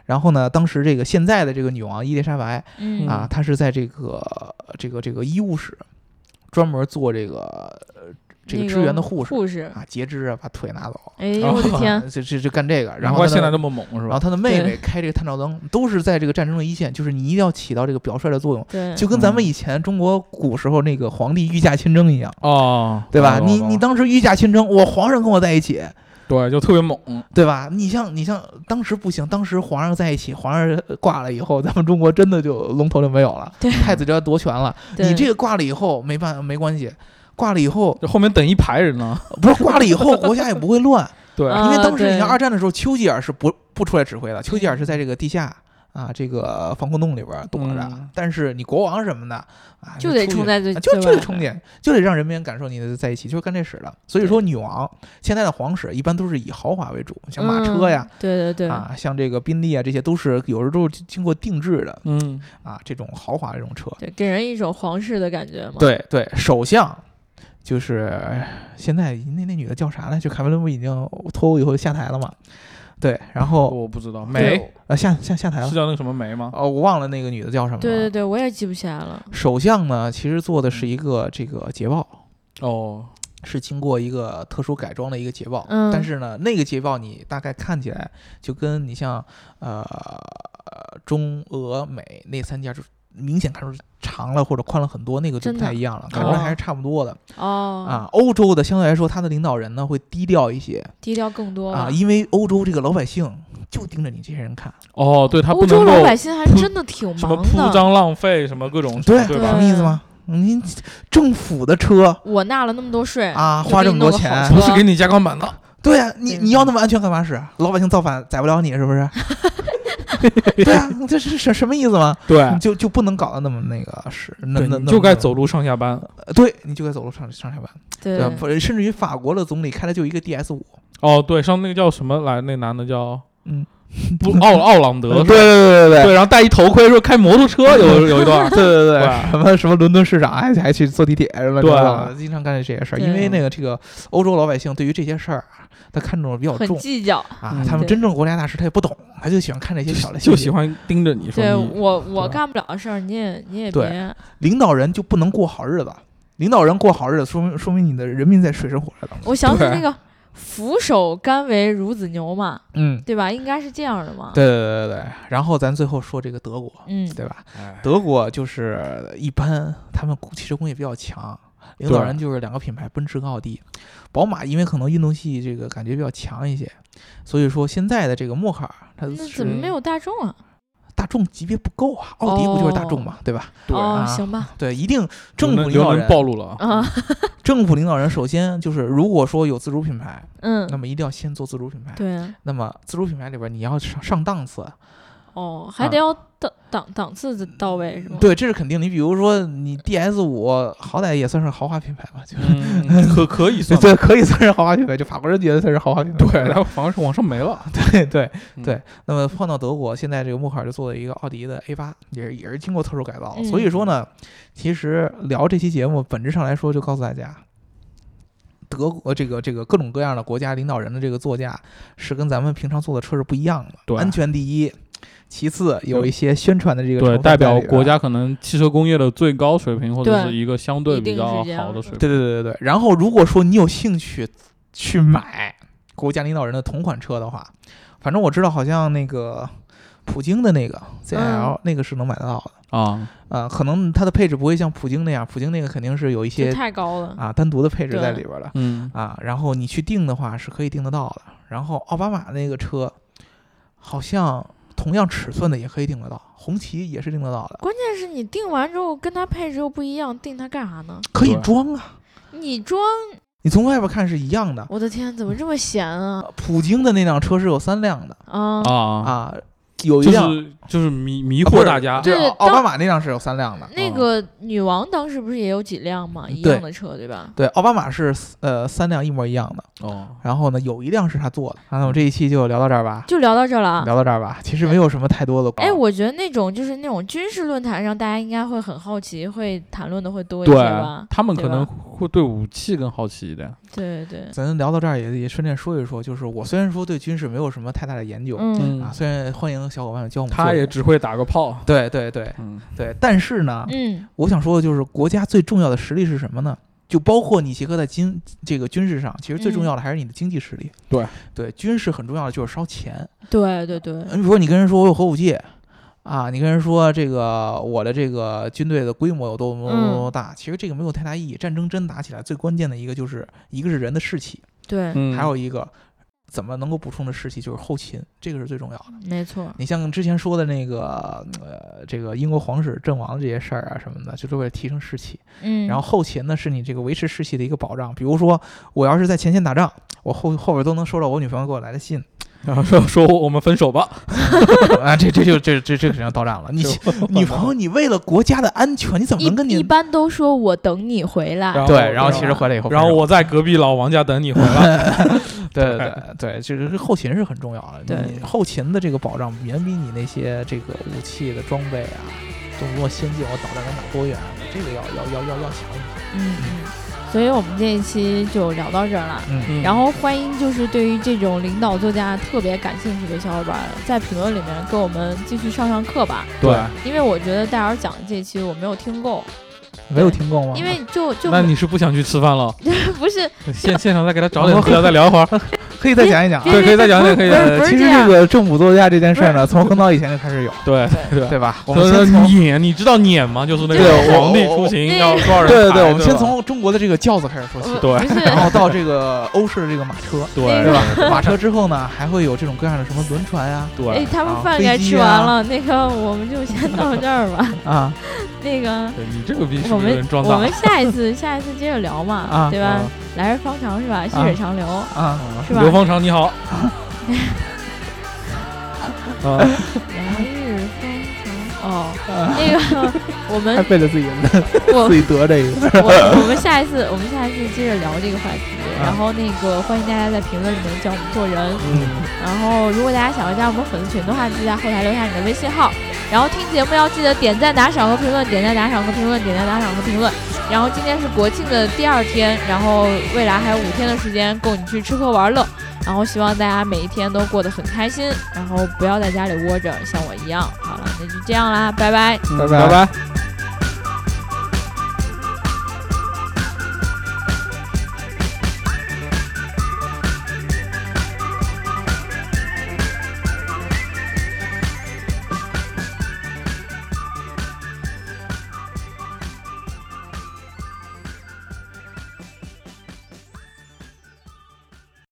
B: 然后呢，当时这个现在的这个女王伊丽莎白，
A: 嗯
B: 啊，他是在这个这个这个医务室专门做这个呃这个
A: 那
B: 支援的护士
A: 护士，
B: 啊，截肢啊，把腿拿走，
A: 哎呦我的天
B: 啊，这这这干这个， 然
C: 难
B: 后
C: 怪
B: 他
C: 现在
B: 的
C: 这么猛是
B: 然后
C: 吧？
B: 他的妹
A: 对
B: 妹开这个探照灯，都是在这个战争的一线，就是你一定要起到这个表率的作用，
A: 对，
B: 就跟咱们
C: 嗯
B: 以前中国古时候那个皇帝御驾亲征一样。
C: 哦，
B: 对吧？
C: 懂了
B: 你
C: 懂了
B: 你当时御驾亲征，我皇上跟我在一起，
C: 对就特别猛，
B: 对吧？你像你像当时不行，当时皇上在一起，皇上挂了以后，咱们中国真的就龙头就没有了，
A: 对
B: 太子就要夺权了。
A: 对
B: 你这个挂了以后没办没关系，挂了以后
C: 就后面等一排人呢。
B: 不是挂了以后国家也不会 乱，
C: 对，
A: 啊
B: 因为当时你
A: 对
B: 像二战的时候，丘吉尔是不不出来指挥的，丘吉尔是在这个地下。啊，这个防空洞里边儿躲着，
C: 嗯
B: 但是你国王什么的啊，
A: 就得
B: 出去
A: 冲在最
B: 啊就
A: 最
B: 就得
A: 外
B: 充
A: 面
B: 电，就得让人民感受你的在一起，就是干这事的。所以说，女王现在的皇室一般都是以豪华为主，像马车呀
A: 嗯、对对对，
B: 啊，像这个宾利啊，这些都是有时候都是经过定制的
C: 嗯，
B: 啊，这种豪华这种车。
A: 对，给人一种皇室的感觉嘛。，
B: 对对，首相就是现在那那女的叫啥来？就凯文伦布已经脱欧以后下台了嘛？对，然后
C: 我不知道
A: 对
C: 梅
B: 呃下下下台了
C: 是，叫那个什么梅吗？
B: 哦，我忘了那个女的叫什么了。
A: 对对对，我也记不起来了。
B: 首相呢，其实做的是一个这个捷豹，
C: 哦，
B: 是经过一个特殊改装的一个捷豹，
A: 嗯
B: 但是呢，那个捷豹你大概看起来就跟你像呃中俄美那三家就明显看出长了或者宽了很多，那个就
A: 真
B: 不
A: 的啊
B: 太一样了，感觉还是差不多的、
A: 哦，
B: 啊。欧洲的相对来说，它的领导人呢会低调一些
A: 低调更多吧
B: 啊，因为欧洲这个老百姓就盯着你这些人看，
C: 哦，对他不
A: 欧洲
C: 能够
A: 老百姓还
C: 铺
A: 真的挺
C: 什么
A: 忙
C: 铺
A: 的，
C: 张浪费，什么各种
B: 对
C: 对
B: 什
C: 吧？
B: 么意思吗？您政府的车
A: 我纳了那么多税，
B: 啊，
A: 就
B: 花
A: 给
B: 这
A: 你
B: 么
A: 弄
B: 多
A: 个好
B: 钱
A: 车，
C: 不是给你加钢板的，
B: 对啊，你
A: 嗯
B: 你要那么安全干嘛使？啊老百姓造反宰不了你是不是？ 对啊，这是什什么意思吗？
C: 对
B: 你就就不能搞得那么那个是，那
C: 哎对，
B: 那
C: 你
B: 那
C: 就
B: 么
C: 该走路上下班。
B: 呃对你就该走路上上下班，
A: 对
B: 对吧？不甚至于法国的总理开的就一个 DS 五，
C: 哦，对，上那个叫什么来？那男的叫
B: 嗯，
C: 不 奥奥朗德
B: 对
C: 是吧，
B: 对对
C: 对，然后戴一头盔，说开摩托车有有一段
B: 对，对对
C: 对
B: 对，什么什么伦敦市长还还去坐地铁什么的，
C: 对
B: 吧经常干这些事儿，
A: 对
B: 因为那个这个欧洲老百姓对于这些事儿啊他看重的比较
A: 很
B: 重
A: 计较。
B: 啊
C: 嗯，
B: 他们
A: 对
B: 真正国家大事他也不懂，他就喜欢看这些小的细
C: 就
B: 节
C: 喜欢盯着你说
A: 对
C: 你。
A: 我我
C: 对
A: 干不了的事儿，你也你也
B: 对
A: 别
B: 领导人就不能过好日子。领导人过好日子，说明说明你的人民在水深火热当中。
A: 我想起
C: 对
A: 那个“俯首甘为孺子牛”嘛，
B: 嗯，
A: 对吧？应该是这样的嘛。
B: 对对对对对。然后咱最后说这个德国，
A: 嗯，
B: 对吧？
C: 哎
B: 德国就是一般他们汽车工业比较强，领导人就是两个品牌，奔驰跟奥迪。宝马因为可能运动系这个感觉比较强一些，所以说现在的这个默克尔它
A: 那
B: 是
A: 怎么没有大众啊？
B: 大众级别不够啊，奥迪不就是大众嘛，对吧？
C: 对
A: 哦
B: 啊，
A: 行吧，
B: 对，一定政
C: 刘
B: 府
C: 嗯能
B: 领
C: 刘
B: 导
C: 能
B: 人，
C: 暴露了啊！
A: 啊，
B: 政府领导人首先就是如果说有自主品牌，
A: 嗯
B: 那，么一定要先做自主品牌。
A: 对，啊
B: 那么自主品牌里边你要上上档次，
A: 哦，还
B: 啊
A: 得要档档档次到位是吗？
B: 对，这是肯定。你比如说你 DS 五，好歹也算是豪华品牌吧，就是、
C: 嗯， 可可以算 吧
B: 对，可以算是豪华品牌，就法国人觉得算是豪华品牌。
C: 对，然后反而是往上没了。
B: 对对
C: 嗯
B: 对，那么换到德国，现在这个默克尔就做了一个奥迪的 A 八，也是也是经过特殊改造。
A: 嗯
B: 所以说呢，其实聊这期节目本质上来说，就告诉大家，德国这个这个各种各样的国家领导人的这个座驾是跟咱们平常坐的车是不一样的，
C: 对
B: 安全第一，其次有一些宣传的这个成
C: 对，
B: 分
C: 代
B: 在
C: 表
B: 里边
C: 国。家可能汽车工业的最高水平，或者
A: 对
C: 是一个相
A: 一
C: 对
A: 定
C: 比
A: 是
C: 较
A: 这样
C: 好的
A: 的
C: 水平。
B: 对对对对对。然后如果说你有兴趣去买国家领导人的同款车的话，反正我知道好像那个普京的那个 ZL、那个是能买得到的。
C: 啊，
B: 呃，可能它的配置不会像普京那样，普京那个肯定是有一
A: 这
B: 些
A: 太高了。
B: 啊单独的配置
A: 对
B: 在里边的
C: 嗯，
B: 啊。然后你去订的话是可以订得到的。然后奥巴马那个车，好像同样尺寸的也可以订得到，红旗也是订得到的，
A: 关键是你定完之后跟它配置又不一样，定它干啥呢？
B: 可以
C: 对
B: 装啊。
A: 你装，
B: 你从外边看是一样的。
A: 我的天，怎么这么闲啊？
B: 呃普京的那辆车是有三辆的
A: 啊，
C: 啊，
B: 啊，有一
C: 就
B: 辆
C: 是就是迷迷
B: 啊不
C: 惑
B: 是
C: 大家。
B: 就是
A: 对
B: 奥奥
A: 当
B: 巴马那辆是有三辆的。
A: 那个女王当时不是也有几辆嘛，一
B: 嗯对
A: 样的车对吧？
B: 对，奥巴马是呃三辆一模一样的，
C: 哦，
B: 然后呢有一辆是他做的。啊那我这一期就聊到这儿吧，
A: 就聊到这儿了啊。
B: 聊到这儿吧。其实没有什么太多的。
A: 哎，我觉得那种就是那种军事论坛上，大家应该会很好奇，会谈论的会多一些
C: 对
A: 吧，？
C: 他们
A: 对
C: 可能
A: 吧
C: 会对武器更好奇一点。
A: 对对，
B: 咱聊到这儿也也顺便说一说，就是我虽然说对军事没有什么太大的研究、
A: 嗯
B: 啊，虽然欢迎小伙伴们教我们做，
C: 他也只会打个炮。
B: 对对对
C: 嗯，
B: 对，但是呢，
A: 嗯，
B: 我想说的就是国家最重要的实力是什么呢？就包括你结合在经这个军事上，其实最
A: 嗯
B: 重要的还是你的经济实力。
C: 对
B: 对，军事很重要的就是烧钱。
A: 对对对，
B: 你比如说，你跟人说我有核武器，啊，你跟人说这个我的这个军队的规模有多么多么多么大，其实这个没有太大意义。战争真打起来，最关键的一个就是一个是人的士气，
A: 对，
C: 嗯，
B: 哎还有一个怎么能够补充的士气就是后勤，这个是最重要的。
A: 没错，
B: 你像之前说的那个呃，这个英国皇室阵亡的这些事儿啊什么的，就是为了提升士气。
A: 嗯，
B: 然后后勤呢是你这个维持士气的一个保障。比如说，我要是在前线打仗，我后后边都能收到我女朋友给我来的信
C: 然后说说我们分手吧。
B: 啊，这这就这这这肯定到账了。你
C: 就
B: 女朋友，你为了国家的安全，你怎么能跟
A: 一一
B: 你
A: 般都说我等你回来，
B: 对？然后其实
A: 对
B: 回来以后分手，
C: 然后我在隔壁老王家 等你回来。
B: 对对对对，这个后勤是很重要的。
A: 对
B: 你后勤的这个保障远比你那些这个武器的装备啊，多么先进，我导弹能打多远，这个要要要要要强一些。
A: 嗯嗯，所以我们这一期就聊到这儿了。
B: 嗯，
A: 然后欢迎就是对于这种领导座驾特别感兴趣的小伙伴，在评论里面给我们继续上上课吧，
C: 对，
A: 因为我觉得戴尔讲的这期我没有听够，
B: 没有听够吗？
A: 因为就就
C: 那你是不想去吃饭了？
A: 不是
C: 现现场再给他找点资料，再聊一会儿。
B: 可以再讲一讲啊
A: 别。
C: 对，可以再讲讲，可以再
B: 但
C: 讲
A: 不
B: 是
C: 讲
A: 是
B: 其实
A: 这样
B: 这个政府作家这件事儿呢，从很早以前就开始有，
C: 对对
B: 对吧？我
C: 所
B: 们
C: 以说
B: 先从
C: 撵，你知道撵吗？就是那
B: 对
C: 个
B: 我
C: 皇帝
B: 我
C: 出行
A: 那
C: 要多少人排？
B: 对对哎对，我们先
C: 吧
B: 从中国的这个轿子开始说起，
C: 对
A: 呃不是
B: 然后到这个欧式的这个马车，
A: 那
C: 对
A: 个
B: 对吧？马车之后呢，还会有这种各样的什么轮船啊
A: 哎
C: 对，
A: 他
B: 啊
A: 们饭
B: 飞
A: 该
B: 机
A: 吃完
B: 啊
A: 了，那个我们就先到这儿吧。
B: 啊
A: 那 个
C: 对你这个逼是
A: 我
C: 不是有点
A: 们
C: 装
A: 我
C: 大啊
A: 们？下一次下一次接着聊嘛，
B: 啊
A: 对吧？来日方长是吧？细水长流、
B: 啊！
A: 是吧？
C: 刘方长你 好。啊，
A: 来日方长哦，
B: 啊
A: 那个 我
B: 还
A: 们
B: 背着自己的
A: 我
B: 自己得这 个，
A: 我我们下一次我们下一次接着聊这个话题，
B: 啊
A: 然后那个欢迎大家在评论里面教我们做人。
B: 嗯，
A: 然后，如果大家想要加我们粉丝群的话，记得在后台留下你的微信号。然后听节目要记得点赞、打赏和评论，点赞、打赏和评论，点赞、打赏和评论。然后今天是国庆的第二天，然后未来还有五天的时间够你去吃喝玩乐。然后希望大家每一天都过得很开心，然后不要在家里窝着，像我一样。好了，那就这样啦，拜拜。
B: 拜
C: 拜拜。